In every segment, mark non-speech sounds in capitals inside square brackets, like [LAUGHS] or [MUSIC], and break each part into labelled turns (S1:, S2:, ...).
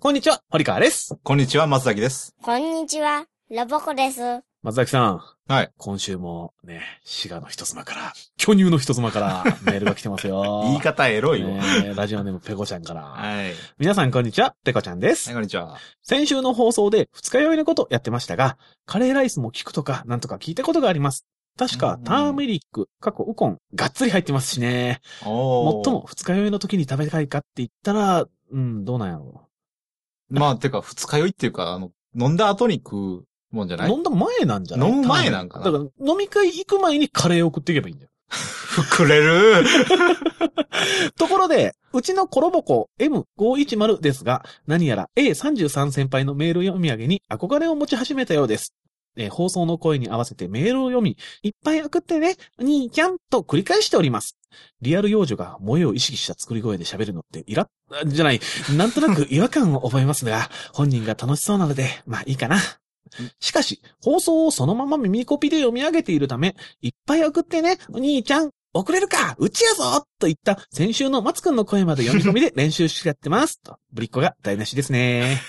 S1: こんにちは、堀川です。
S2: こんにちは、松崎です。
S3: こんにちは、ラボコです。
S1: 松崎さん。
S2: はい。。
S1: 今週もね、滋賀の人妻から、巨乳の人妻からメールが来てますよ
S2: [LAUGHS] 言い方エロいわ。
S1: ねえラジオネームペコちゃんから。
S2: はい。はい、
S1: 皆さんこんにちは、ペコちゃんです。
S2: こんにちは。
S1: 先週の放送で二日酔いのことやってましたが、カレーライスも聞くとか、なんとか聞いたことがあります。確か
S2: うん、
S1: ターメリック、過去ウコン、がっつり入ってますしね。もっ
S2: おー
S1: とも二日酔いの時に食べたいかって言ったら、うん、どうなんやろ
S2: まあ、てか、二日酔いっていうか、あの、飲んだ後に食うもんじゃ
S1: う。
S2: ない
S1: 飲んだ前なんじゃない
S2: 飲む前なんかな
S1: だから、飲み会行く前にカレーを食っていけばいいんだよ。
S2: 膨れる [LAUGHS]
S1: ところで、うちのコロボコ M510 ですが、何やら A33 先輩のメール読み上げに憧れを持ち始めたようです。えー放送の声に合わせてメールを読み、いっぱい送ってね、兄ちゃんと繰り返しております。リアル幼女が萌えを意識した作り声で喋るのってイラッ、じゃない、なんとなく [LAUGHS] 違和感を覚えますが、本人が楽しそうなので、まあいいかな。しかし、放送をそのまま耳コピで読み上げているため、いっぱい送ってね、お兄ちゃん、遅れるかうちやぞといった先週の松くんの声まで読み込みで練習しやってます。と、ぶりっ子が台無しですね。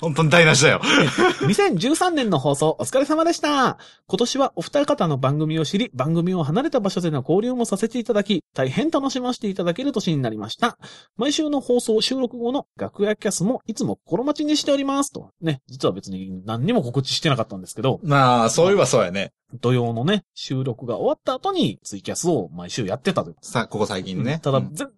S2: 本当に台無しだよ。
S1: 2013年の放送お疲れ様でした。今年はお二方の番組を知り、番組を離れた場所での交流もさせていただき、大変楽しませていただける年になりました。毎週の放送収録後の楽屋キャスもいつも心待ちにしております。と。ね、実は別に何にも告知してなかったんですけど、
S2: まあ、そういえばそうやね。
S1: 土曜のね、収録が終わった後にツイキャスを毎週やってたという。
S2: さ、ここ最近ね。
S1: ただ、
S2: うん
S1: 全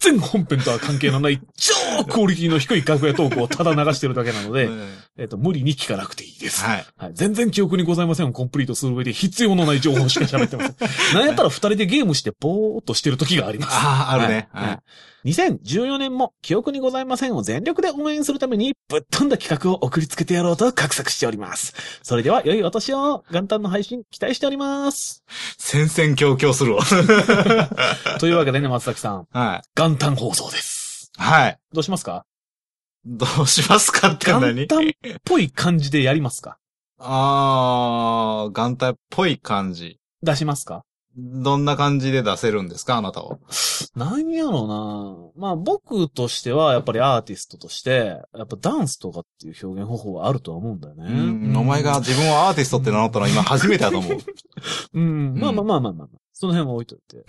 S1: 全本編とは関係の
S2: [LAUGHS]
S1: ない超クオリティの低い楽屋トークをただ流してるだけなの
S2: う
S1: で、
S2: ん
S1: えっと、無理に聞かなくていいです。
S2: はい。
S1: はい。全然記憶にございませんをコンプリートする上で必要のない情報しか喋ってません。
S2: [LAUGHS]
S1: なんやったら二人でゲームしてぼーっとしてる時があります。
S2: ああ、あるね。
S1: [LAUGHS] はい
S2: はい
S1: 2014年も記憶にございませんを全力で応援するためにぶっ飛んだ企画を送りつけてやろうと画策しております。それでは良いお年を元旦の配信期待しております。
S2: 戦々恐々するわ。 [LAUGHS]
S1: というわけでね、松崎さん、
S2: は
S1: 元旦放送です。
S2: い。はい。
S1: どうしますか
S2: どうしますかって何
S1: 元旦っぽい感じでやりますか
S2: あー、眼帯っぽい感じ。
S1: 出しますか
S2: どんな感じで出せるんですかあなたは。
S1: なんやろうなまあ僕としては、やっぱりアーティストとして、やっぱダンスとかっていう表現方法はあるとは思うんだよね。
S2: うん、お前が。自分をアーティストって名乗ったのは今初めてだと思
S1: [LAUGHS]
S2: う。
S1: うん。まあまあまあまあまあまあ。その辺は置いといて。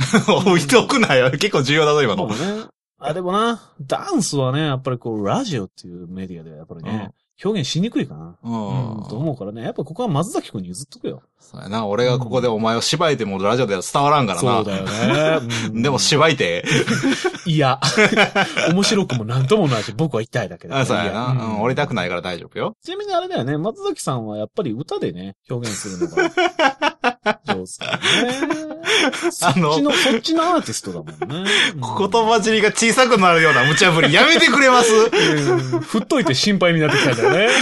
S2: 置いておくなよ。結構重要だぞ、今
S1: そう
S2: の。
S1: ね。あ、でもな、ダンスはね、やっぱりこう、ラジオっていうメディアではやっぱりね、表現しにくいかな。
S2: う
S1: うん、と思うからね。やっぱここは松崎くんに譲っとくよ。
S2: そうやな。俺がここでお前を芝居てもラジオでは伝わらんから
S1: そう
S2: な。
S1: だよね。うん
S2: [LAUGHS] でも芝居て。
S1: い
S2: [LAUGHS]
S1: や、面白くもなんともないし、僕は痛いだけだ
S2: あそうやな。
S1: いや
S2: うん、折りたくないから大丈夫よ。
S1: ちなみにあれだよね、松崎さんはやっぱり歌でね、表現するの
S2: [LAUGHS]
S1: が上手だよね。そっちの、そっちのアーティストだも
S2: [LAUGHS]
S1: んね。うん
S2: 言葉尻が小さくなるような無茶ぶりやめてくれます
S1: [LAUGHS] うん振っといて心配になってきたんだよね。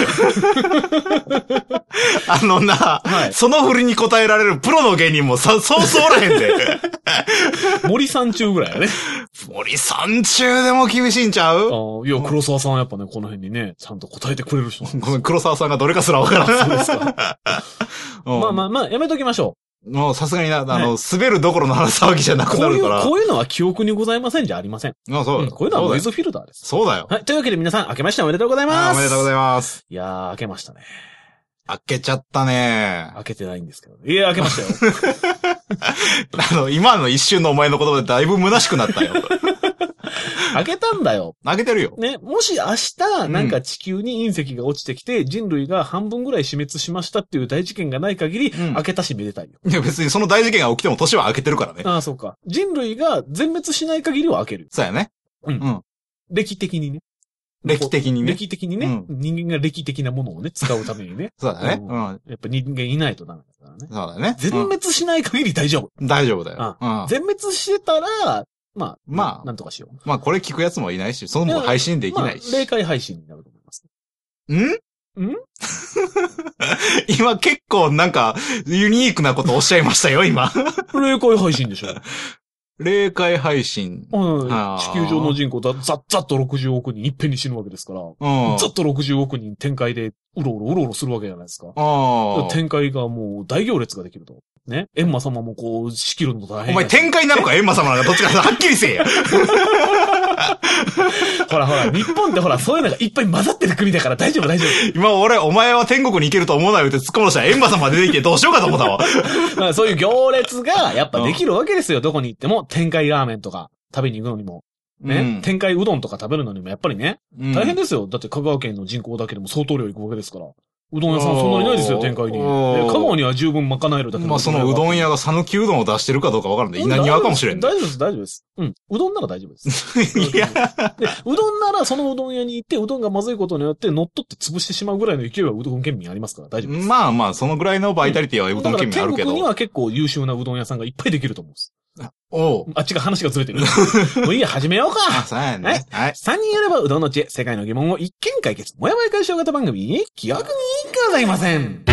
S2: あのな、
S1: はい
S2: その振りに答えられるプロの芸人もさ、そうそうおらへんで。 [LAUGHS]
S1: 森さん中ぐらいやね。
S2: 森さん中でも厳しいんちゃ
S1: あ
S2: う
S1: ーいや、黒沢さんはやっぱね、この辺にね、ちゃんと答えてくれる人なん
S2: [LAUGHS] ごめん、黒沢さんがどれかすらわからん。
S1: そうですか。
S2: うん
S1: [LAUGHS] まあまあまあ、やめときましょ
S2: もうさすがにな、あの、
S1: は
S2: 滑るどころの騒ぎじゃな
S1: う。こ
S2: く
S1: う
S2: な
S1: いう、
S2: るから。
S1: こういうのは記憶にございませんじゃありません。
S2: あそううんよ
S1: こういうのはノイ
S2: そ
S1: ズフィルターです。
S2: うだよ。
S1: はい。というわけで皆さん、明けましておめでとうござい
S2: あ
S1: ま
S2: ーお
S1: す。
S2: めでとうございます。
S1: いやー、明けましたね。
S2: 開けちゃったね。
S1: 開けてないんですけど。いや、開けましたよ。
S2: あの、今の一瞬のお前の言葉でだいぶ虚しくな
S1: [LAUGHS]
S2: ったよ。
S1: 開けたんだよ。
S2: 開けてるよ。
S1: ね、もし明日、なんか地球に隕石が落ちてきて、人類が半分ぐらい死滅しましたっていう大事件がない限り、
S2: うん
S1: 開けたしめでたいよ。
S2: いや別にその大事件が起きても年は開けてるからね。
S1: ああ、そうか。人類が全滅しない限りは開ける。
S2: そうやね。
S1: 歴的にね。
S2: 歴的にね。。
S1: 歴的にね、人間が歴的なものをね、使うためにね
S2: [LAUGHS] そうだね。
S1: う
S2: うんん。
S1: やっぱ人間いないとダメだからね。
S2: そうだね。
S1: 全
S2: うん
S1: 滅しない限り大丈夫。
S2: 大丈夫だよ。うん。
S1: 全滅してたら、まあ、
S2: まあ
S1: なんとかしよう。
S2: まあこれ聞くやつもいないし、その配信できないし
S1: まあ、。霊界配信になると思います。
S2: ん
S1: ん
S2: [LAUGHS] 今結構なんか、ユニークなことおっしゃいましたよ、今。
S1: 霊界配信でしょ。
S2: 霊界配信。
S1: は
S2: あ
S1: い。
S2: ー
S1: 地球上の人口だ、ざっざっと60億人いっぺんに死ぬわけですから、
S2: うん。
S1: ざっと60億人展開で、うろうろうろうろするわけじゃないですか。
S2: ああ。
S1: 展開がもう大行列ができると。ね。エンマ様もこう、仕切るの大変。
S2: お前、天界なのかエンマ様なのかどっちかはっきりせえ
S1: [LAUGHS]
S2: や。
S1: ほらほら、日本ってほら、そういうのがいっぱい混ざってる国だから大丈夫大 [LAUGHS] 丈
S2: 今俺、お前は天国に行けると思わないよって突っ込ましたらエンマ様が出てきてどうしようかと思ったわ。
S1: 夫。まあそういう行列が、やっぱできるわけですよ。どこに行っても、天界ラーメンとか食べに行くのにも。ね。
S2: うん
S1: 天界うどんとか食べるのにも、やっぱりね。
S2: うん
S1: 大変ですよ。だって香川県の人口だけでも相当量行くわけですから。うどん屋さんそんなにないですよ、
S2: おー
S1: 天界に。で
S2: おー
S1: 香川には十分賄えるだけ
S2: まあそのうどん
S1: 屋
S2: 屋が讃岐うどんを出してるかどうかわからんで、稲庭かもしれんね。
S1: 大丈夫です、大丈夫です。うん。うどんなら大丈夫です。
S2: [LAUGHS] いや、
S1: で、うどんならそのうどん屋に行って、うどんがまずいことによって乗っ取って潰してしまうぐらいの勢いはうどん県民ありますから大丈夫です。
S2: まあまあ、そのぐらいのバイタリティはうどん県民あるけ
S1: だから天国に
S2: ど。
S1: は結構優秀なうどん屋さんがいっぱいできると思うんです。
S2: おう。
S1: あっちが話がずれ
S2: [LAUGHS]
S1: てる。もういいや、始めよう
S2: あ、
S1: か。
S2: そうやね。はい。
S1: 3人やればうどんの知恵、世界の疑問を一見解決、もやもや解消型番組、記憶にございません。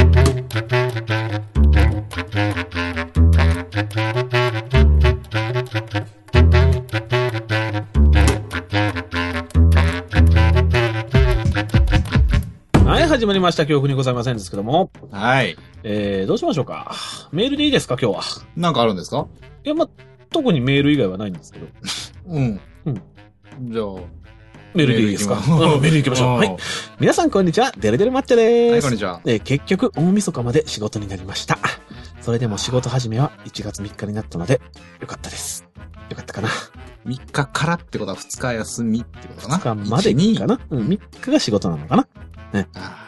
S1: はい、始まりました。記憶にございませんですけども。
S2: はい。
S1: えー、どうしましょうか。メールでいいですか、今日は。
S2: なんかあるんですか
S1: いや、まあ、特にメール以外はないんですけど。
S2: うん。
S1: うん
S2: じゃあ。
S1: メールでいいですか。
S2: メ
S1: う
S2: ール行きましょう
S1: んメール行きましょう。はい。皆さん、こんにちは。デレデレマッチョ
S2: は
S1: で
S2: い、
S1: す
S2: こん。にちは。
S1: えー結局、大晦日まで仕事になりました。それでも仕事始めは1月3日になったので、よかったです。よかったかな。
S2: 3日からってことは2日休みってことかな。
S1: 3日までかな。うん、3日が仕事なのかな。
S2: あ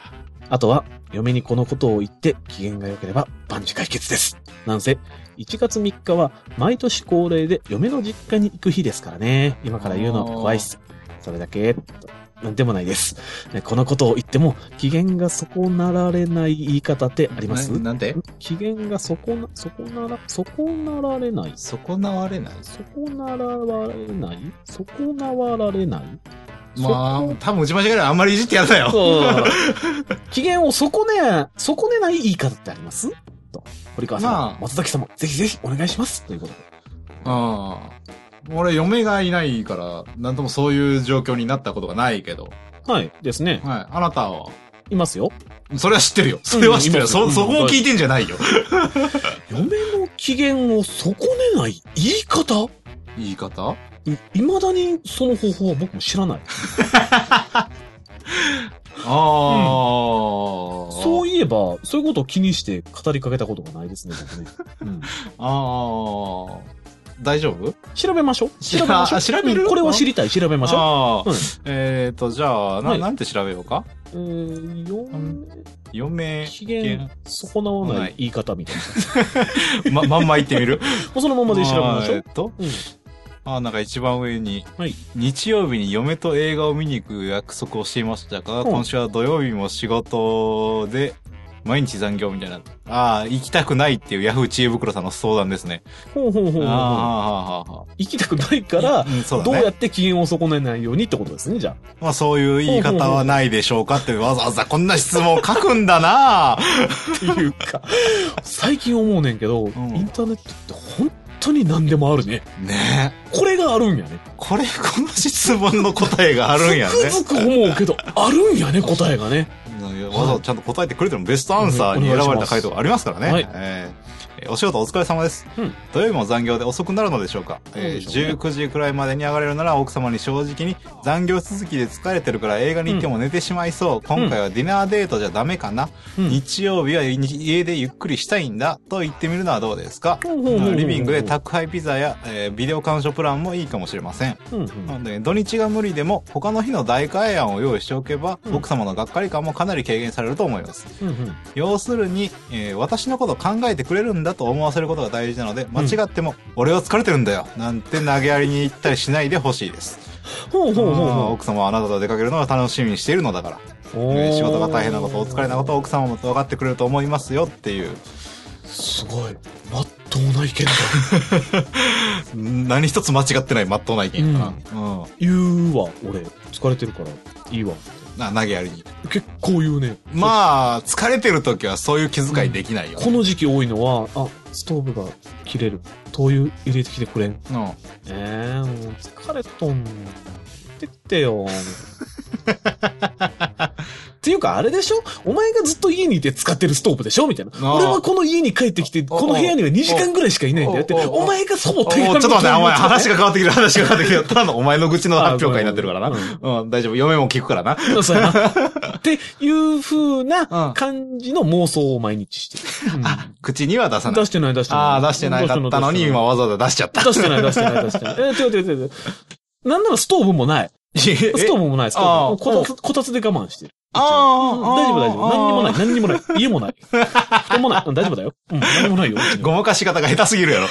S1: あとは、嫁にこのことを言って、機嫌が良ければ万事解決です。なんせ、1月3日は毎年恒例で嫁の実家に行く日ですからね。今から言うのは怖いっす。それだけ、なんでもないです。ねこのことを言っても、機嫌が損なられない言い方ってあり
S2: ー
S1: ます
S2: ななんて
S1: 機嫌が損な、損なら、損なられない。
S2: 損なわれない
S1: 損なられない損なわられない
S2: まあ、多分打ち間違えない。あんまりいじってやだよ。 [LAUGHS]
S1: そう。機嫌を損ね、損ねない言い方ってありますと。堀川様、
S2: まあ
S1: 松崎様、ぜひぜひお願いします。ということで。
S2: ああ。俺、嫁がいないから、なんともそういう状況になったことがないけど。
S1: はい。ですね。
S2: はい。あなたは、
S1: いますよ。
S2: それは知ってるよ。それは知ってる
S1: う
S2: よ。
S1: ん
S2: そ、
S1: 今
S2: そこも聞いてんじゃないよ。
S1: 嫁の機嫌を損ねない言い方
S2: 言い方
S1: い未だにその方法は僕も知らない。
S2: ああ、
S1: そう
S2: い
S1: いえば、そういうことを気にして語りかけたことがないですね、僕ね。うん
S2: ああ。大丈夫
S1: 調べましょう。
S2: し
S1: 調べましょう。
S2: あ [LAUGHS] 調べる
S1: うんこれは知りたい。調べましょ
S2: ああ、
S1: うん
S2: えっ、ー、と、じゃあ、な、
S1: はい
S2: なんて調べようか
S1: う。えー、
S2: ん
S1: 4
S2: 嫁、
S1: 期限損なわない言い方みたいな。
S2: ま、まんま言ってみる
S1: もうその [LAUGHS] ままで調べましょ
S2: あーえっ
S1: う。
S2: と、
S1: うん
S2: あーなんか一番上に、
S1: はい
S2: 日曜日に嫁と映画を見に行く約束をしていましたが、
S1: うん
S2: 今週は土曜日も仕事で、毎日残業みたいな。ああ、行きたくないっていうヤフー知恵袋さんの相談ですね。
S1: ほうほうほうほうほう。
S2: ああ、はあはあは
S1: 行きたくないか
S2: あ。
S1: ら
S2: う、んそうだ
S1: どう
S2: ね
S1: やって機嫌を損ねないようにってことですね、じゃ
S2: [LAUGHS] まあそういう言い方はないでしょうかってわざわざこんな質問を書くんだな
S1: あ。っていうか、最近思うねんけど、イ
S2: ん
S1: ンターネットって本当に何でもあるね。
S2: ね
S1: これがあるんやね
S2: え。これ、この質問の答えがあるんやね。
S1: つくづく思うけど、あるんやね、答えがね。
S2: わざわざちゃんと答えてくれてもベストアンサーに選ばれた回答がありますからね。
S1: はい
S2: えーお仕事お疲れ様です、
S1: うん
S2: 土曜日も残業で遅くなるのでしょうか、え
S1: そうでしょうね
S2: ー19時くらいまでに上がれるなら奥様に正直に残業続きで疲れてるから映画に行っても寝てしまいそう、今回はディナーデートじゃダメかな、
S1: うん
S2: 日曜日は家でゆっくりしたいんだと言ってみるのはどうですか、
S1: ほうほうほうほう
S2: リビングで宅配ピザや、えービデオ鑑賞プランもいいかもしれません
S1: うんうん
S2: なので、土日が無理でも、他の日の代替案を用意しておけば、
S1: うん
S2: 奥様のがっかり感もかなり軽減されると思います。
S1: うんうん
S2: 要するに、えー私のこと考えてくれるんだと思わせることが大事なので、間違っても、俺は疲れてるんだよなんて投げやりに行ったりしないでほしいです。
S1: ほうほうほう
S2: あー
S1: ほ
S2: 奥様はあなたと出かけるのを楽しみにしているのだから、
S1: う
S2: え
S1: お
S2: ー
S1: ー。
S2: 仕事が大変なこと、お疲れなこと、奥様も分かってくれると思いますよっていう、
S1: すごい。まっとうな意見だ。
S2: 何一つ間違ってない真っ当な意見かな。うん。
S1: 言うわ、俺。疲れてるから、いいわ。
S2: な投げやりに。
S1: 結構言うね。
S2: まあ、疲れてる時はそういう気遣いできないよね。
S1: この時期多いのは、あ、ストーブが切れる。灯油入れてきてくれん。
S2: うん。
S1: えー、もう [LAUGHS] 疲れとん。ってってよ。っていうか、あれでしょお前がずっと家にいて使ってるストーブでしょみたいな。
S2: ああ
S1: 俺はこの家に帰ってきて、
S2: ああ
S1: この部屋には2時間ぐらいしかいないんだよって。
S2: ああああ
S1: お前がそう
S2: おちょっと待って、お前話
S1: が
S2: が変わってきてる、話が変わっ
S1: [LAUGHS]
S2: てきてる。ただのお前の愚痴の発表会になってるから
S1: う
S2: な。うん、大丈夫。嫁も聞くからな。
S1: んそうやなっていう風
S2: う
S1: なん感じの妄想を毎日してる。うん
S2: あ、口には出さない
S1: 出。してない、出してない。
S2: ああ、出してないかったのに、今わざわざ出しちゃった。
S1: 出してない、出してない、出してない。えー、違う違う違う違う。なんならストーブもない。
S2: え
S1: ストーブもない、ストーブ。
S2: あ
S1: も
S2: あ
S1: うこたつ、こたつで我慢してる。
S2: あ
S1: う
S2: ー
S1: ん
S2: [LAUGHS] あー、。
S1: 大丈夫大丈夫。何にもないい。何にもない。家も
S2: [LAUGHS]
S1: ない。布団もない。うん大丈夫だよ。うん、何にもないよ。うちには
S2: ごまかし方が下手す
S1: [LAUGHS]
S2: ぎるやろ。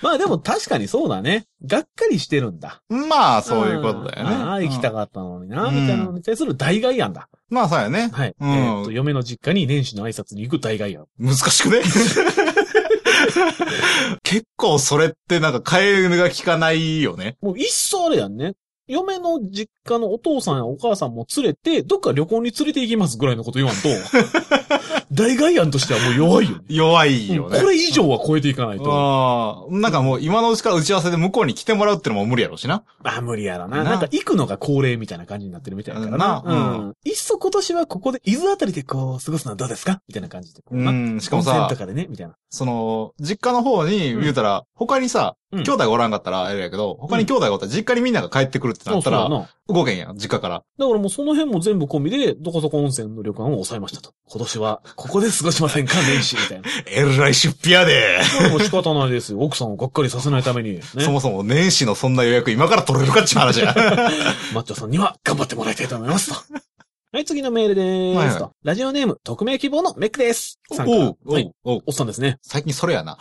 S1: まあでも確かにそうだね。がっかりしてるんだ。
S2: まあ、そういうことだよね。
S1: ああ、行きた
S2: うん
S1: かったのにな、
S2: うん
S1: みたいなのに対する代替案だ。
S2: まあ、そうやね。
S1: はい。
S2: うん
S1: えーっと、嫁の実家に年始の挨拶に行く代替案。
S2: 難しくね [LAUGHS] 結構それってなんか替えが効かないよね。
S1: もう一層あれやんね。嫁の実家のお父さんやお母さんも連れて、どっか旅行に連れて行きますぐらいのこと言
S2: [LAUGHS]
S1: わんと、代替案としてはもう弱いよね。
S2: 弱いよね。
S1: これ以上は超えていかないと。
S2: ああ、なんかもう今のうちから打ち合わせで向こうに来てもらうってのも無理やろうしな。
S1: あ、無理やろな。
S2: な
S1: なんか行くのが恒例みたいな感じになってるみたいだからな。
S2: な
S1: うん。いっそ今年はここで、伊豆あたりでこう、過ごすのはどうですかみたいな感じで。こう
S2: う
S1: な。
S2: ん、しかも
S1: 温泉
S2: さ
S1: と、かでね、みたいな。
S2: その、実家の方に言うたら、他にさ、
S1: うん
S2: 兄弟がおらんかったらあれやけど、他に兄弟がおったら実家にみんなが帰ってくるってなっ
S1: そ
S2: た
S1: う
S2: ら
S1: や、な。
S2: 動けんやん、実家から。
S1: だからもうその辺も全部込みで、どこそこ温泉の旅館を抑えましたと。今年は、ここで過ごしませんか、年始みたいな。
S2: えらい出費やで、
S1: これも仕方ないですよ。奥さんをがっかりさせないために、ね。
S2: そもそも年始のそんな予約今から取れるかっちゅう
S1: [LAUGHS]
S2: 話や。
S1: マッチョさんには頑張ってもらいたいと思いますと。はい、次のメールでーす、
S2: はいはい
S1: とラジオネーム、匿名希望のメックです。さんから
S2: おう、お
S1: は
S2: う
S1: い。、
S2: おう。
S1: おっさんですね。
S2: 最近それやな。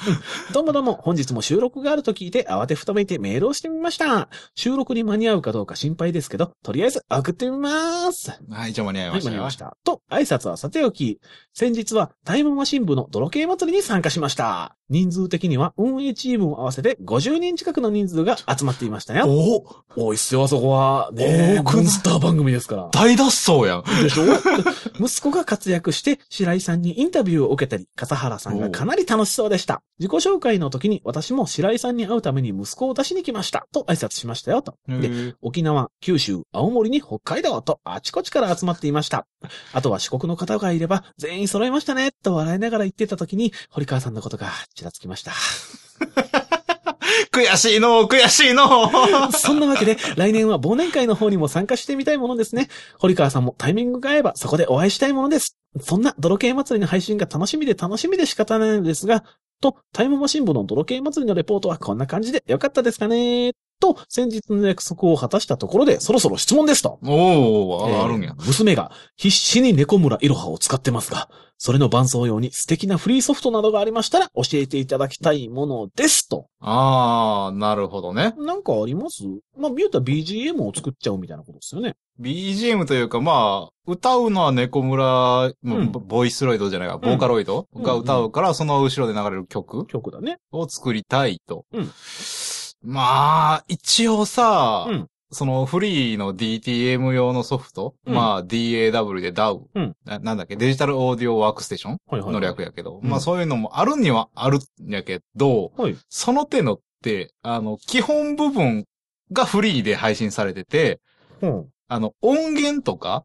S1: どうもどうも、本日も収録があると聞いて慌てふためいてメールをしてみました。収録に間に合うかどうか心配ですけど、とりあえず送ってみます。
S2: はい、じゃあ間に合い
S1: は
S2: ま
S1: い、
S2: した
S1: 間に合い
S2: よ
S1: まし。た。と、挨拶はさておき、先日はタイムマシン部の泥系祭りに参加しました。人数的には運営チームを合わせて50人近くの人数が集まっていましたよ。
S2: お
S1: 多いっすよ、あそこは。ねえ、
S2: 多くな
S1: モンスター番組ですから。
S2: 大脱走やん。
S1: でしょ [LAUGHS] 息子が活躍して、白井さんにインタビューを受けたり、笠原さんがかなり楽しそうでした。自己紹介の時に、私も白井さんに会うために息子を出しに来ました。と挨拶しましたよ、と。で、
S2: へえ
S1: 沖縄、九州、青森に北海道と、あちこちから集まっていました。あとは四国の方がいれば、全員揃いましたね、と笑いながら言ってた時に、堀川さんのことがちらつきました。
S2: 悔しいのう悔
S1: [LAUGHS]
S2: しいのう
S1: そんなわけで、来年は忘年会の方にも参加してみたいものですね。堀川さんもタイミングが合えばそこでお会いしたいものです。そんな泥系祭りの配信が楽しみで楽しみで仕方ないのですが、と、タイムマシン部の泥系祭りのレポートはこんな感じでよかったですかねと、先日の約束を果たしたところで、そろそろ質問ですと。
S2: おー、ああるんや
S1: え。ー娘が必死に猫村いろはを使ってますが、それの伴奏用に素敵なフリーソフトなどがありましたら教えていただきたいものですと。
S2: ああ、なるほどね。
S1: なんかありますまあ、ビュータ BGM を作っちゃうみたいなことですよね。
S2: BGM というか、まあ、歌うのは猫村、まあ
S1: うん
S2: ボボイスロイドじゃないか、ボーカロイド
S1: うん
S2: が歌うから、その後ろで流れる曲
S1: 曲だね。
S2: を作りたいと。
S1: うん
S2: まあ、一応さ、
S1: うん
S2: そのフリーの DTM 用のソフト、
S1: うん
S2: まあ DAW で DAW、
S1: うん
S2: な、なんだっけ、デジタルオーディオワークステーション
S1: はいはい。
S2: の略やけど、
S1: うん
S2: まあそういうのもあるにはあるんやけど、
S1: はい。
S2: その手のって、あの、基本部分がフリーで配信されてて、
S1: うん。
S2: あの、音源とか、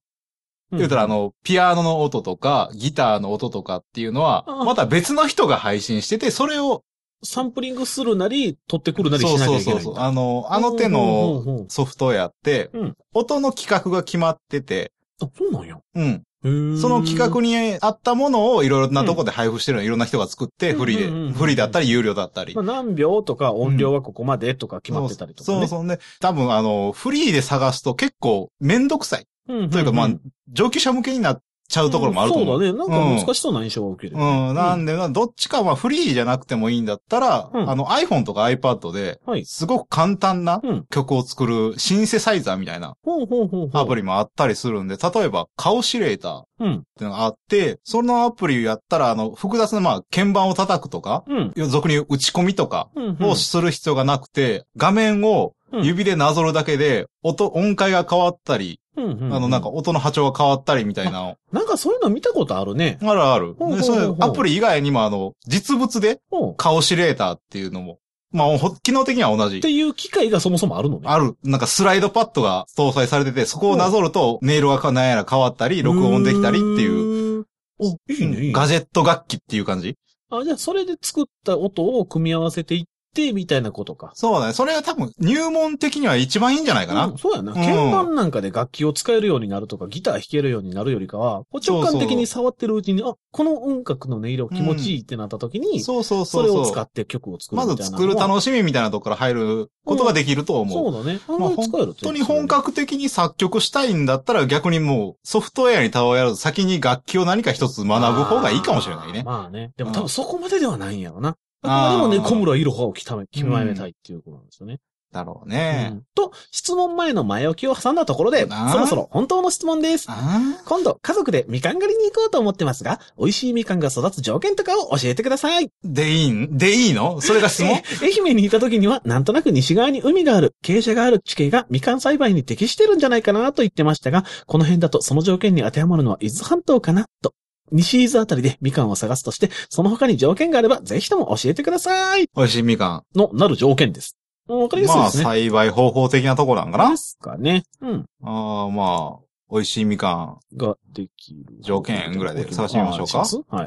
S2: 言うたらあの、ピアノの音とか、ギターの音とかっていうのは、
S1: あ
S2: また別の人が配信してて、それを、
S1: サンプリングするなり、取ってくるなりし
S2: そう
S1: なき
S2: そ
S1: ゃ
S2: う
S1: いけな
S2: そう
S1: い。
S2: そう、あの、あの手の
S1: うんうんうん
S2: ソフトウェアって
S1: うん、
S2: 音の企画が決まってて、
S1: あ、そうなんや。
S2: うん。
S1: へー
S2: その企画に合ったものをいろいろなとこで配布してるの、いろんな人が作って、
S1: うん
S2: フリ
S1: うんうん
S2: ー
S1: うん
S2: で、フリーだったり、有料だったり
S1: まあ、。何秒とか音量はここまでとか決まってたりとかね。
S2: そうそうね。多分あの、フリーで探すと結構めんどくさい。
S1: うんんん
S2: というかまあ、上級者向けになっちゃうところもあると思う。
S1: んそうだね。なんか難しそうな印象を受けるよね。
S2: うん、なんで、どっちかはフリーじゃなくてもいいんだったら、
S1: うん
S2: あの iPhone とか iPad で、
S1: はい。
S2: すごく簡単な
S1: うん
S2: 曲を作るシンセサイザーみたいな
S1: ほうほうほうほう。
S2: アプリもあったりするんで、例えばカオシレーターっ
S1: うん。
S2: ていうのがあって、そのアプリやったら、あの、複雑な、まあ、鍵盤を叩くとか、
S1: うん。
S2: 俗に言う打ち込みとか
S1: うんうん。
S2: をする必要がなくて、画面を指でなぞるだけで、音、音階が変わったり、
S1: うんうんうん
S2: あの、なんか、音の波長が変わったりみたいなの
S1: なんかそういうの見たことあるね。
S2: あるある
S1: ほうほうほうほ。う
S2: で、そういうアプリ以外にも、あの、実物で
S1: ほう。
S2: カオシレーターっていうのも、まあ、ほ機能的には同じ
S1: って。いう機会がそもそもあるのね。
S2: ある、なんかスライドパッドが搭載されてて、そこをなぞると、音色がかなんやら変わったり、録音できたりっていう、
S1: うーん。お、いいね、いいね。
S2: ガジェット楽器っていう感じ
S1: あ、じゃあそれで作った音を組み合わせていって、みたいなことか。
S2: そうだね。それが多分、入門的には一番いいんじゃないかな。
S1: うん、そうやな。
S2: ん
S1: 鍵盤なんかで楽器を使えるようになるとか、ギター弾けるようになるよりかは、こう直感的に触ってるうちに、あ、この音楽の音色気持ちいいってなった時に、
S2: そうそうそ
S1: そうれ
S2: そう。
S1: を使って曲を作る
S2: ま
S1: みたい
S2: ず
S1: なのは。
S2: 作る楽しみみたいなところから入ることができると思う。
S1: そうだね。あんま
S2: まあ
S1: り使える本
S2: 本当に本格的に作曲したいんだったら逆にもうソフトウェアに頼らず先に楽器を何か一つ学ぶ方がいいかもしれないね。
S1: まあね。でも
S2: うん
S1: 多分そこまでではないんやろな。
S2: あー
S1: あくまでもね、小村いろはを決め、決めたいっていうことなんですよね。
S2: だろうね。
S1: うんと、質問前の前置きを挟んだところで、
S2: あー
S1: そろそろ本当の質問です。
S2: あ
S1: 今度、家族でみかん狩りに行こうと思ってますが、美味しいみかんが育つ条件とかを教えてください。
S2: ーでいいんでいいのそれが質問
S1: え愛媛にいた時には、なんとなく西側に海がある、傾斜がある地形がみかん栽培に適してるんじゃないかなと言ってましたが、この辺だとその条件に当てはまるのは伊豆半島かな、と。西伊豆あたりでみかんを探すとして、その他に条件があれば、ぜひとも教えてください。
S2: 美味しいみか
S1: の、なる条件です。もうわかり
S2: ん。
S1: やすい
S2: ま
S1: で
S2: あ
S1: すね。
S2: 栽培方法的なとこなんかな。
S1: ですかね。うん。
S2: ああまあ、美味しいみか
S1: ができる。
S2: 条件ぐらいで探してみましょうか
S1: あしますは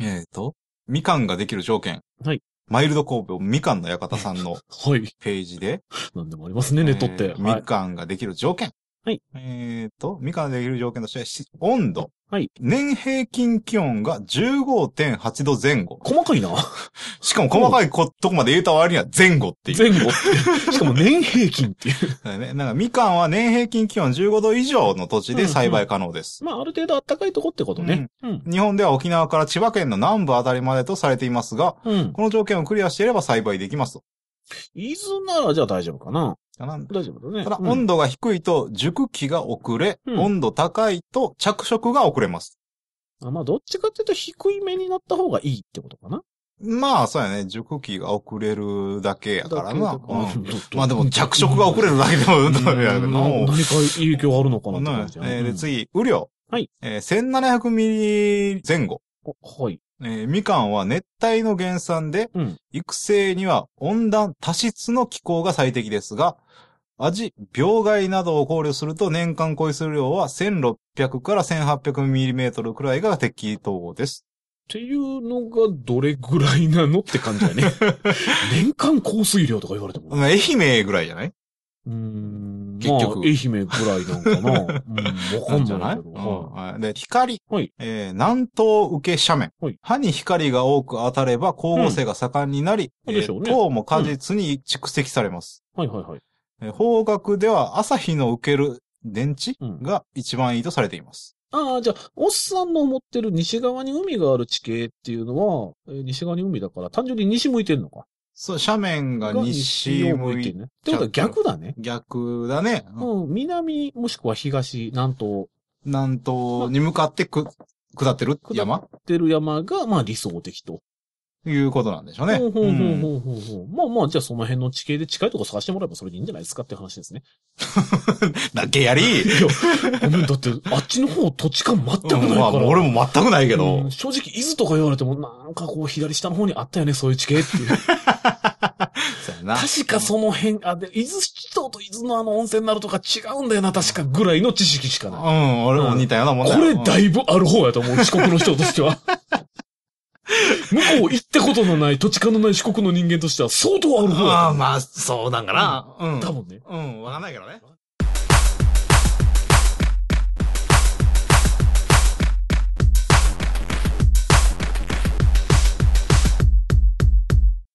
S1: い。
S2: ん。えっ、と、みかんができる条件。
S1: はい。
S2: マイルド神戸みかんの館さ
S1: [LAUGHS]
S2: んの
S1: はい。
S2: ページで。
S1: なんでもありますね、ネットって。
S2: えー
S1: はい
S2: みかんができる条件。
S1: はい。
S2: えっ、と、みかんができる条件としてはし、温度。
S1: はい。
S2: 年平均気温が15.8度前後。
S1: 細かいな。
S2: しかも細かいことこまで言うた割には前後っていう。
S1: 前後 [LAUGHS] って。しかも年平均っていう。
S2: だよね。なんか、みかんは年平均気温15度以上の土地
S1: うん
S2: で
S1: うん
S2: 栽培可能です。
S1: まあ、ある程度暖かいとこってことね。うん。
S2: 日本では沖縄から千葉県の南部あたりまでとされていますが、
S1: うん。
S2: この条件をクリアしていれば栽培できますと。
S1: 伊豆ならじゃあ大丈夫かな。
S2: だな
S1: 大丈夫だね。
S2: ただ、
S1: うん
S2: 温度が低いと熟期が遅れ、
S1: うん
S2: 温度高いと着色が遅れます。
S1: あまあ、どっちかっていうと低い目になった方がいいってことかな。
S2: まあ、そうやね。熟期が遅れるだけやからな。うんま
S1: ま
S2: あでも着色が遅れるだけで [LAUGHS] も、どうやけど
S1: 何
S2: も
S1: か
S2: う。
S1: 影響あるのかなって
S2: ね
S1: 感じやな
S2: えー
S1: う
S2: で、
S1: ん
S2: 次、雨量。
S1: はい。
S2: えー、1700ミリ前後。
S1: おはい。
S2: えーみかんは熱帯の原産で、
S1: うん
S2: 育成には温暖多湿の気候が最適ですが、味、病害などを考慮すると年間恋する量は1600から1800ミリメートルくらいが適当です。
S1: っていうのがどれぐらいなのって感じ
S2: [LAUGHS]
S1: だね。年間降水量とか言われても。
S2: 愛媛ぐらいじゃないう
S1: ーん。
S2: 結局
S1: まあ、愛媛ぐらいなんかな。うん。わか
S2: なん
S1: ん
S2: じゃな
S1: ない
S2: い
S1: けど。
S2: うんで、光。
S1: はい
S2: えー南東受け斜
S1: は
S2: 面
S1: い。
S2: 歯に光が多く当たれば光合成が盛んになり、
S1: うん
S2: えー
S1: でしょうね
S2: 糖も果実に蓄積されます。
S1: はいはいはい。
S2: えー方角では朝日の受ける電池
S1: うん
S2: が一番いいとされています。
S1: ああ、じゃあ、おっさんの思ってる西側に海がある地形っていうのは、えー西側に海だから単純に西向いてるのか。
S2: そう、斜面が西
S1: を
S2: 向い
S1: て
S2: て
S1: る、ね。ってことは逆だね。
S2: 逆だね。
S1: うん、南もしくは東、南東、
S2: 南東に向かってく、下ってる
S1: って
S2: 山
S1: てる山が、まあ理想的と。
S2: いうことなんでしょうね。
S1: ほうほうほう
S2: うん
S1: ほうほうほう。まあまあ、じゃあその辺の地形で近いとこ探してもらえばそれでいいんじゃないですかって話ですね。
S2: だけやり
S1: いや、ごめん、だって、あっちの方土地感全く
S2: う
S1: ないか
S2: んま
S1: ら。
S2: あ、俺も全くないけど。
S1: うん正直、伊豆とか言われても、なんかこう、左下の方にあったよね、そういう地形って
S2: [LAUGHS]
S1: いう。
S2: そうやな
S1: 確かその辺、あ、で、伊豆七島と伊豆のあの温泉になるとか違うんだよな、確かぐらいの知識しか
S2: う
S1: ない。
S2: ん、俺も似たようなもん
S1: こ
S2: だよ
S1: れだいぶある方やと思う、四国の人としては。向こう行ったことのない、土地勘のない四国の人間としては相当ある方
S2: ま
S1: や
S2: あまあ、そうなんかな。う
S1: と
S2: ん。
S1: 思う。多分ね。
S2: うん、わかんないけどね。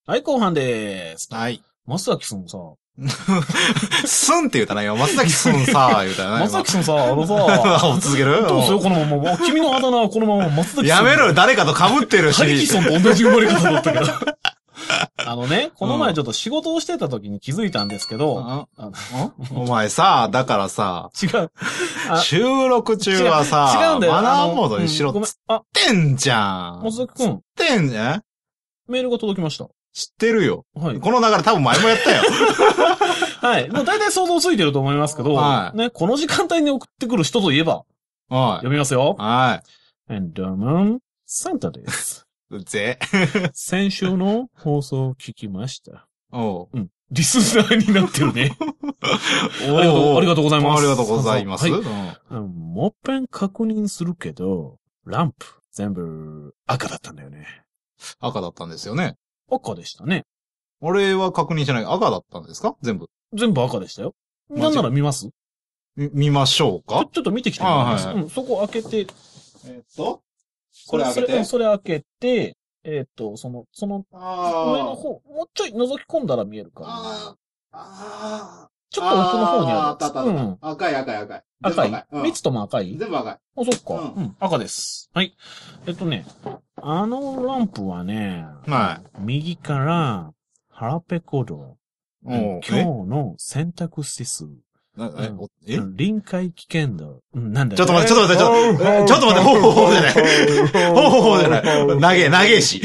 S1: はい、後半です。
S2: はい。
S1: 松崎さんさ、
S2: すんって言うたな、今。松崎すんさ、言うたよな。
S1: 松
S2: 今
S1: 崎さんさ、あのさ、
S2: [LAUGHS] あ続ける
S1: どうするこのま
S2: [LAUGHS]
S1: ま。君のあだ名はこのまま松崎さ
S2: や
S1: ん。
S2: めろよ誰かと被ってるし。
S1: ハリキソンと同じ生まれ方だったけ
S2: [LAUGHS]
S1: ど。あのね、この前ちょっと仕事をしてた時に気づいたんですけど、
S2: あ
S1: あの
S2: お前さ、だからさ、
S1: 違う。あ
S2: 収録中はさ、
S1: 違う違うんだよ。
S2: マナーモード
S1: あの
S2: にしろ
S1: う
S2: っ
S1: んごめん
S2: つっ。
S1: あ、
S2: てんじゃん。
S1: 松崎
S2: 知
S1: く
S2: っ
S1: ん、
S2: てんじゃん
S1: メールが届きました。
S2: 知ってるよ。
S1: はい。
S2: この流れ多分前も
S1: [LAUGHS]
S2: やったよ。
S1: はい。もう大体想像ついてると思いますけど、
S2: はい
S1: ね、この時間帯に送ってくる人といえば、
S2: は
S1: 読みますよ
S2: い。。は
S1: えーどうも、
S2: [LAUGHS]
S1: サンタです。
S2: い。うぜ。
S1: 先週の放送を聞きました。
S2: おう
S1: うん。リスナーになってるね。ありがとう、ありがとうございます。
S2: ありがとうございます。
S1: は
S2: うん
S1: うんもっぺん確認するけど、ランプ、全部赤だったんだよね。
S2: 赤だったんですよね。
S1: 赤でしたね。
S2: 俺は確認してない。赤だったんですか全部。
S1: 全部赤でしたよ。
S2: マジ
S1: なんなら見ます
S2: み見ましょう
S1: ちょ
S2: か
S1: ちょっと見てきてもらいます。
S2: あはいは
S1: うん、そこ開けて、
S2: えっと、
S1: これ、それ、うん
S2: あ
S1: それ開けて、えっと、その、その上の
S2: あ
S1: 方、もうちょい覗き込んだら見えるから。
S2: ああ
S1: ちょっと奥の方にあるやつ。うん。
S2: あ赤い赤い赤い。
S1: 赤い蜜とも赤い
S2: 全部赤い。
S1: あ、そっか。
S2: う
S1: うん、赤です。はい。えっとね、あのランプはね、
S2: は
S1: 右から、腹ペコ度、
S2: い。
S1: 今
S2: お
S1: 日
S2: え
S1: の選択指数、
S2: なえ
S1: うん
S2: おえ
S1: うん臨界危険度、うん、なんだ
S2: ちょっと待って、ちょっと待って、ちょっと待って、ちょっと待って、ほうほうほうじゃない。ほうほうほうじゃない。投げ、投げし。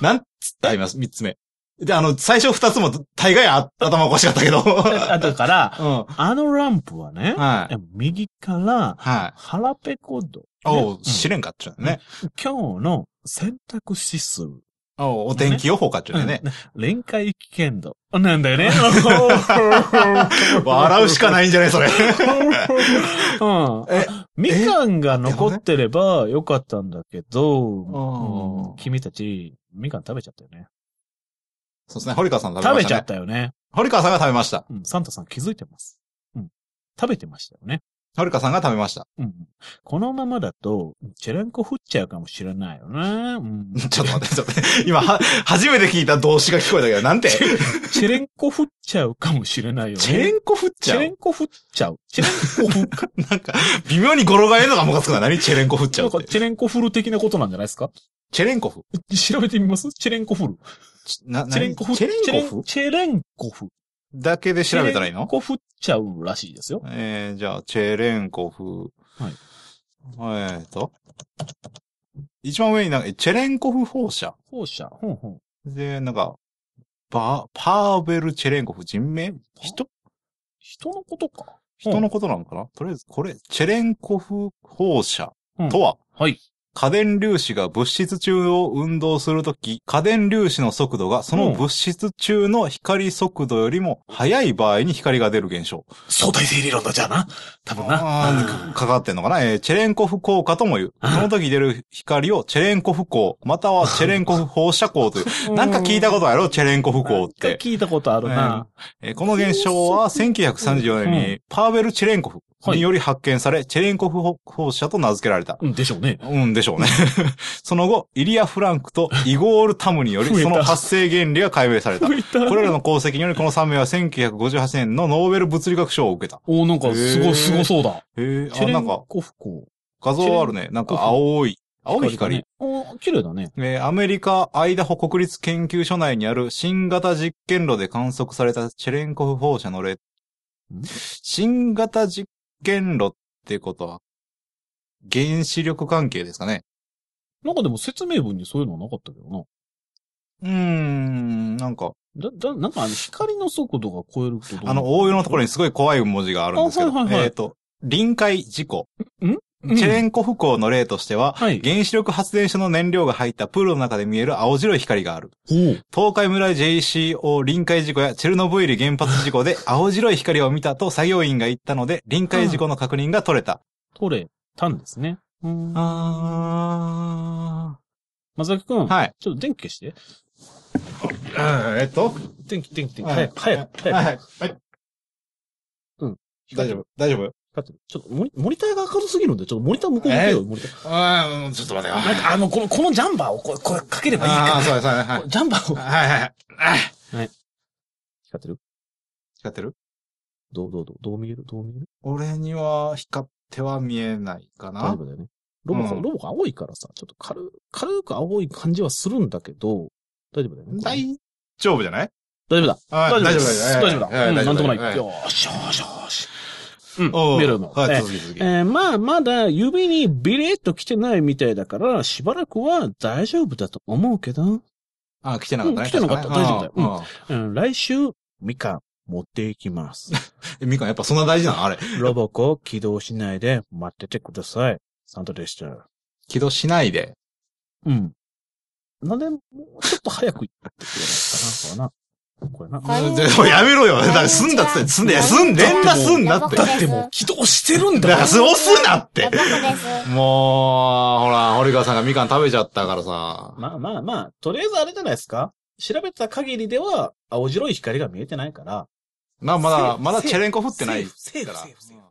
S2: なんつった今、三つ目。で、あの、最初二つも大概あ頭おかしかったけど。
S1: [LAUGHS] ああだから、
S2: うん。
S1: あのランプはね、
S2: はい。
S1: 右から、
S2: はい。
S1: 腹ペコ度、
S2: おう、
S1: ん
S2: 試練かっちゅうね。
S1: 今日の選択指数、
S2: おうお天気予報かっちゅうね。
S1: 臨界危険度、なんだよね。
S2: [LAUGHS]
S1: [LAUGHS]
S2: 笑うしか
S1: い。
S2: ないんじゃないそれ。
S1: うん、
S2: え、
S1: みかんが残ってればよかったんだけど、
S2: うん
S1: 君たち、みかん食べちゃったよね。
S2: そうですね、堀川さん食べ
S1: 食
S2: ま
S1: べ
S2: し
S1: ちゃ
S2: た
S1: っ
S2: ね。
S1: たよね。
S2: 堀川さんが食べました。
S1: うん、サンタさん気づいてます。うん。食べてましたよね。
S2: 堀川さんが食べました。
S1: うん。このままだと、チェレンコ振っちゃうかもしれないよね。うん。
S2: ちょっと待って、ちょっと待って。今、は、初めて聞いた動詞が聞こえたけど、なんて。
S1: チェレンコ振っちゃうかもしれないよね。
S2: チェレンコ振っ
S1: チ
S2: ちゃ
S1: ェレ
S2: う
S1: ンコ振っちゃう。チェレンコ振っちゃう。
S2: なんか、微妙に語呂がええのがムカつくな。何チェレンコ振っちゃ
S1: な
S2: うんっ
S1: か
S2: て。
S1: [LAUGHS] チェレンコ振る的なことなんじゃないですか
S2: チェレンコフ
S1: 調べてみますチェレンコ振る。
S2: チな、な
S1: チェレンコ振
S2: チェレンコフ
S1: チェレンコ振。
S2: だけで調べたらい
S1: チェレ
S2: い
S1: ン
S2: の
S1: コ振っちゃうらしいですよ。
S2: えー、じゃあ、チェレンコフ。
S1: はい。
S2: えーと。一番上になんか、チェレンコフ放射。
S1: 放射。ほんほん。
S2: で、なんか、バ、パーベル・チェレンコフ人名人
S1: 人のことか。
S2: 人のことなのかな、とりあえず、これ、チェレンコフ放射
S1: うん
S2: とは、
S1: はい。
S2: 家電粒子が物質中を運動するとき、家電粒子の速度がその物質中の光速度よりも速い場合に光が出る現象。
S1: 相対性理論だじゃあな。多分
S2: あーかかってんのかな、えーチェレンコフ効果とも言う。
S1: うん
S2: その時出る光をチェレンコフ光、またはチェレンコフ放射光という。なんか聞いたことあるチェレンコフ光っ
S1: なん
S2: て
S1: か。聞いたことあるな。
S2: えーこの現象は1934年にパーベル・チェレンコフにより発見され、チェレンコフ放射と名付けられた。
S1: うん、でしょうね。
S2: うんでしょうね。 [LAUGHS] その後、イリア・フランクとイゴール・タムにより、
S1: 増えた
S2: その発生原理が解明された。これらの功績により、この3名は1958年のノーベル物理学賞を受けた。
S1: おーなんかすご
S2: へー
S1: い、すごそうだ。
S2: へえ、
S1: チ
S2: あ、
S1: ェレ
S2: な
S1: ン
S2: んか、
S1: コフコ。
S2: 画像あるね。なんか、青い。青い光。
S1: ね。おー綺麗だね。
S2: えーアメリカ・アイダホ国立研究所内にある新型実験炉で観測されたチェレンコフ放射の例。新型実験炉ってことは、原子力関係ですかね。
S1: なんかでも説明文にそういうのはなかったけど
S2: うーん、なんか、
S1: な。だ、だ、なんかあの光の速度が超えるとどう
S2: あの、大色のところにすごい怖い文字があるんですけど、
S1: あはいはいはい
S2: えっ、と、臨界事故。
S1: うん、
S2: チェレンコフ光の例としては、
S1: はい。
S2: 原子力発電所の燃料が入ったプールの中で見える青白い光がある。
S1: おー
S2: 東海村 JCO 臨海事故やチェルノブイリ原発事故
S1: [LAUGHS]
S2: で青白い光を見たと作業員が言ったので、臨海事故の確認が取れた。
S1: 取れたんですね。うーん。
S2: あ
S1: 松崎くん。
S2: はい。
S1: ちょっと電気消して。
S2: えっと、
S1: 電気、電気、電気。早く、早く、早く。
S2: はい、はい。
S1: 光ってる。、
S2: 大丈夫。
S1: 光ってるちょっとモニ、モニターが明るすぎるんで、ちょっとモニター向こう向けよ、モニター。
S2: ああ、ちょっと待てよ
S1: なんかあの、この、このジャンバーをこれ、これかければいいから。
S2: そうです、は
S1: これジャンバーを。
S2: はい、はい、はい。
S1: 光ってる
S2: 光ってる
S1: どう、どう、どう、どう見えるどう見える
S2: 俺には光っては見えないか
S1: 大丈
S2: な
S1: 夫だよね。ロボコ、
S2: うん
S1: ロボコ青いからさ、ちょっと軽、軽く青い感じはするんだけど、大丈夫だよね。
S2: 大丈夫じゃない
S1: 大丈夫だ。
S2: 大
S1: 大丈夫
S2: で
S1: ですす。大丈夫だ。
S2: は
S1: う
S2: い
S1: ん
S2: 大
S1: な
S2: 丈夫
S1: んとも
S2: は
S1: ない。よーし、よーし、よーし。う
S2: お
S1: ん、
S2: う
S1: 見えるの。
S2: は
S1: え
S2: い、
S1: え
S2: 続き続き。
S1: えーまあ、まだ指にビレッと来てないみたいだから、しばらくは大丈夫だと思うけど、
S2: あ、来てなかった
S1: う
S2: ね。
S1: ん来てなかった
S2: 確ね
S1: 大丈夫だようん、来週、みかん持っていきます。 [LAUGHS]
S2: うんえみかん、やっぱそんな大事なのあれ。
S1: ロボコを起動しないで待っててください。サンタでした。
S2: 起動しないで。
S1: うん。なんで、もうちょっと早く行ってくれないかな、これな。これな。
S3: こんにちは
S2: でもやめろよ。だからすんだっつって、すんだよ。すん、連打すんなって。
S3: ロボ
S2: だ
S3: コ
S2: か
S1: だってもう、
S3: で
S1: 起動してるんだ
S2: ら、それ押すなっ
S3: ロ
S2: て
S3: ボ。コです。
S2: もう、ほら、堀川さんがみかん食べちゃったからさ。
S1: まあまあまあ、とりあえずあれじゃないですか調べた限りでは、青白い光が見えてないから。
S2: まあ、まだ、
S1: セーフ
S2: まだチェレンコ振ってないから。
S1: セーフセーフセーフセーフ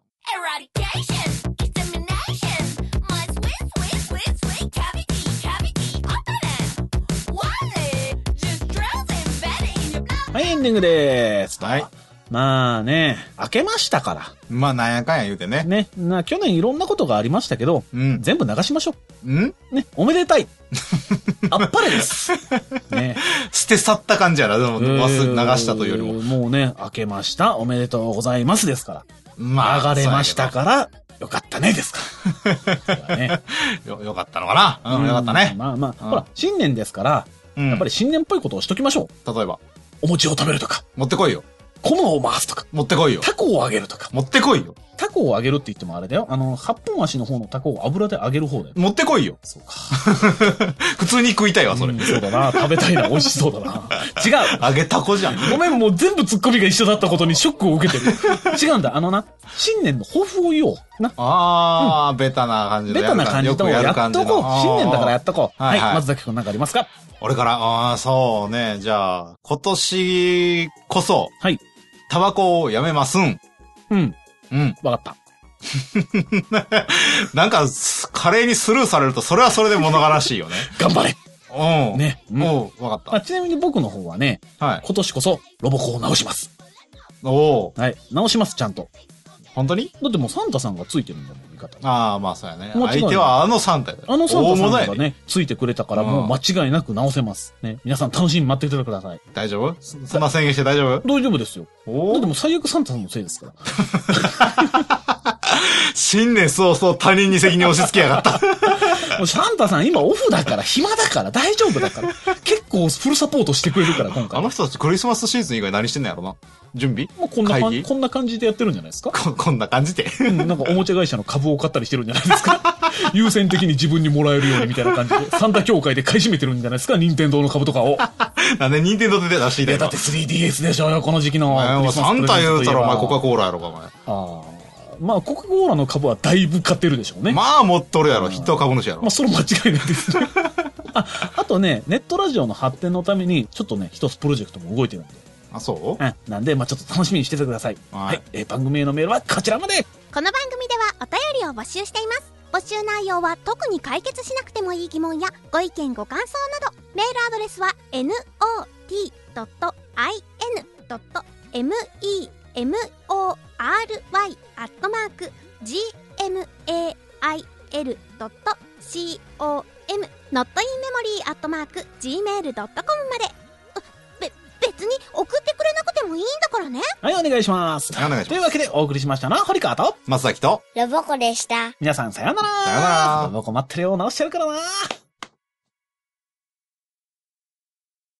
S4: Eradication, extermination, my sweet, sweet, sweet, sweet cavity, cavity, open it. Wally, just drowns embedded in your blood.
S1: はい、エンディングでーす。
S2: はい。
S1: まあね、明けましたか
S2: まあ、なんやかんや言うて
S1: ら。
S2: ね。
S1: ね。な、去年いろんなことがありましたけど、
S2: うん。
S1: 全部流しましょ
S2: うん
S1: う。ね。おめでた
S2: [LAUGHS]
S1: い。あっぱれです。ね。
S2: 捨て去った感じやな。でも、忘れ流したというより
S1: え
S2: も。
S1: ー。もうね、明けました。おめでとうございますですから。
S2: まあ、
S1: 流れました
S2: そ
S1: から、よかったねです
S2: [LAUGHS]
S1: から。そうだね
S2: うやけど。よ、よかったのかな。うん、よかったね。
S1: まあまあ、
S2: うん
S1: ほら、新年ですから、
S2: うん。
S1: やっぱり新年っぽいことをしときましょう。
S2: 例えば、
S1: お餅を食べるとか、
S2: 持ってこいよ。
S1: コマを回すとか、
S2: 持ってこいよ。
S1: タコを揚げるとか。
S2: 持ってこいよ。
S1: タコを揚げるって言ってもあれだよ。あの、八本足の方のタコを油で揚げる方だよ。
S2: 持ってこいよ。
S1: そうか。
S2: 普通に食いたいわ、それ
S1: うん。そうだな。食べたいな。美味しそうだ
S2: [LAUGHS]
S1: な。違う。
S2: 揚げたこじゃん。
S1: ごめん、もう全部ツッコミが一緒だったことにショックを受けて [LAUGHS] る。違うんだ。あのな、新年の抱負を言おう。な。
S2: あー、ベタな感じの
S1: ベタな感じともやっとこう。新年だからやっとこう。
S2: は
S1: はいい。
S2: はい
S1: 松崎くんなんかありますか
S2: 俺から、ああ、そうね。じゃあ、今年こそ、
S1: はい。
S2: タバコをやめますん。
S1: うん。
S2: うん。
S1: わかっ
S2: なんか、す華麗にスルーされると、それはそれで物悲しいよね。
S1: た。頑張れ
S2: う
S1: [LAUGHS]
S2: ん。。
S1: ね。うん
S2: うん、わか
S1: あ
S2: っ
S1: ちなみに僕の方はね、
S2: た。はい。
S1: 今年こそロボコを直します。
S2: おおー
S1: はい。直します、ちゃんと。
S2: 本当に
S1: だってもうサンタさんがついてるんだもん、味方に。
S2: ああ、まあそうやね。
S1: もちろん
S2: 相手はあのサンタやで
S1: あのサンタ
S2: 大
S1: さん
S2: 物や
S1: が
S2: で。
S1: ね、ついてくれたから
S2: うん
S1: もう間違いなく直せます。ね。皆さん楽しみに待っていてください。
S2: 大丈夫そそんな宣言して大丈夫
S1: 大丈夫ですよ。だ
S2: お
S1: って
S2: お
S1: もう最悪サンタさんのせいですから。
S2: 新年早々他人に責任押し付けやがった。
S1: もうサンタさん今オフだから、暇だから、大丈夫だから。結構フルサポートしてくれるから、今
S2: [LAUGHS] あ
S1: 回。
S2: の
S1: も
S2: 人たちクリスマスシーズン以外何してんのやろな準備
S1: うこんな感
S2: 会議
S1: じ、こんな感じでやってるんじゃないですか
S2: こ [LAUGHS] こんな感じで。
S1: うんなんかおもちゃ会社の株を買ったりしてるんじゃないですか優先的に自分にもらえるようにみたいな感じで、サンタ協会で買い占めてるんじゃないですか任天堂の株とか
S2: [LAUGHS]
S1: を。
S2: なんで任天堂で出してい
S1: い
S2: た
S1: や、だ
S2: だ
S1: って。3DS でしょうよ、この時期の
S2: お。前お前サンタ言うたらお前コカ・
S1: こ
S2: コーラやろか、お前。
S1: ああ。まあ、コカ・コーラの株はだいぶ買ってるでしょうね。ま
S2: まあ持っとるやろ、筆頭株主やろ
S1: あ、。それ間違いないですね。あ、あとね、ネットラジオの発展のために、ちょっとね、一つプロジェクトも動いてるんで。
S2: あ、そう
S1: うん。なんで、まあ、ちょっと楽しみにしててください。
S2: はい
S1: はい。えー番組へのメールはこちらまで
S4: この番組ではお便りを募集しています募集内容は特に解決しなくてもいい疑問やご意見ご感想などメールアドレスは not.in.memory.gmail.com ノットインメモリーアットマーク gmail.com までうべ別に送ってくれなくてもいいんだからね
S1: はい、お願いします。
S2: はいお願いします
S1: というわけで、お送りしましたのは、堀川と、
S2: 松崎と。
S3: ロボコでした。
S1: 皆さんさようなら
S2: さようなら
S1: ロボコ待ってるよ、直してやるからな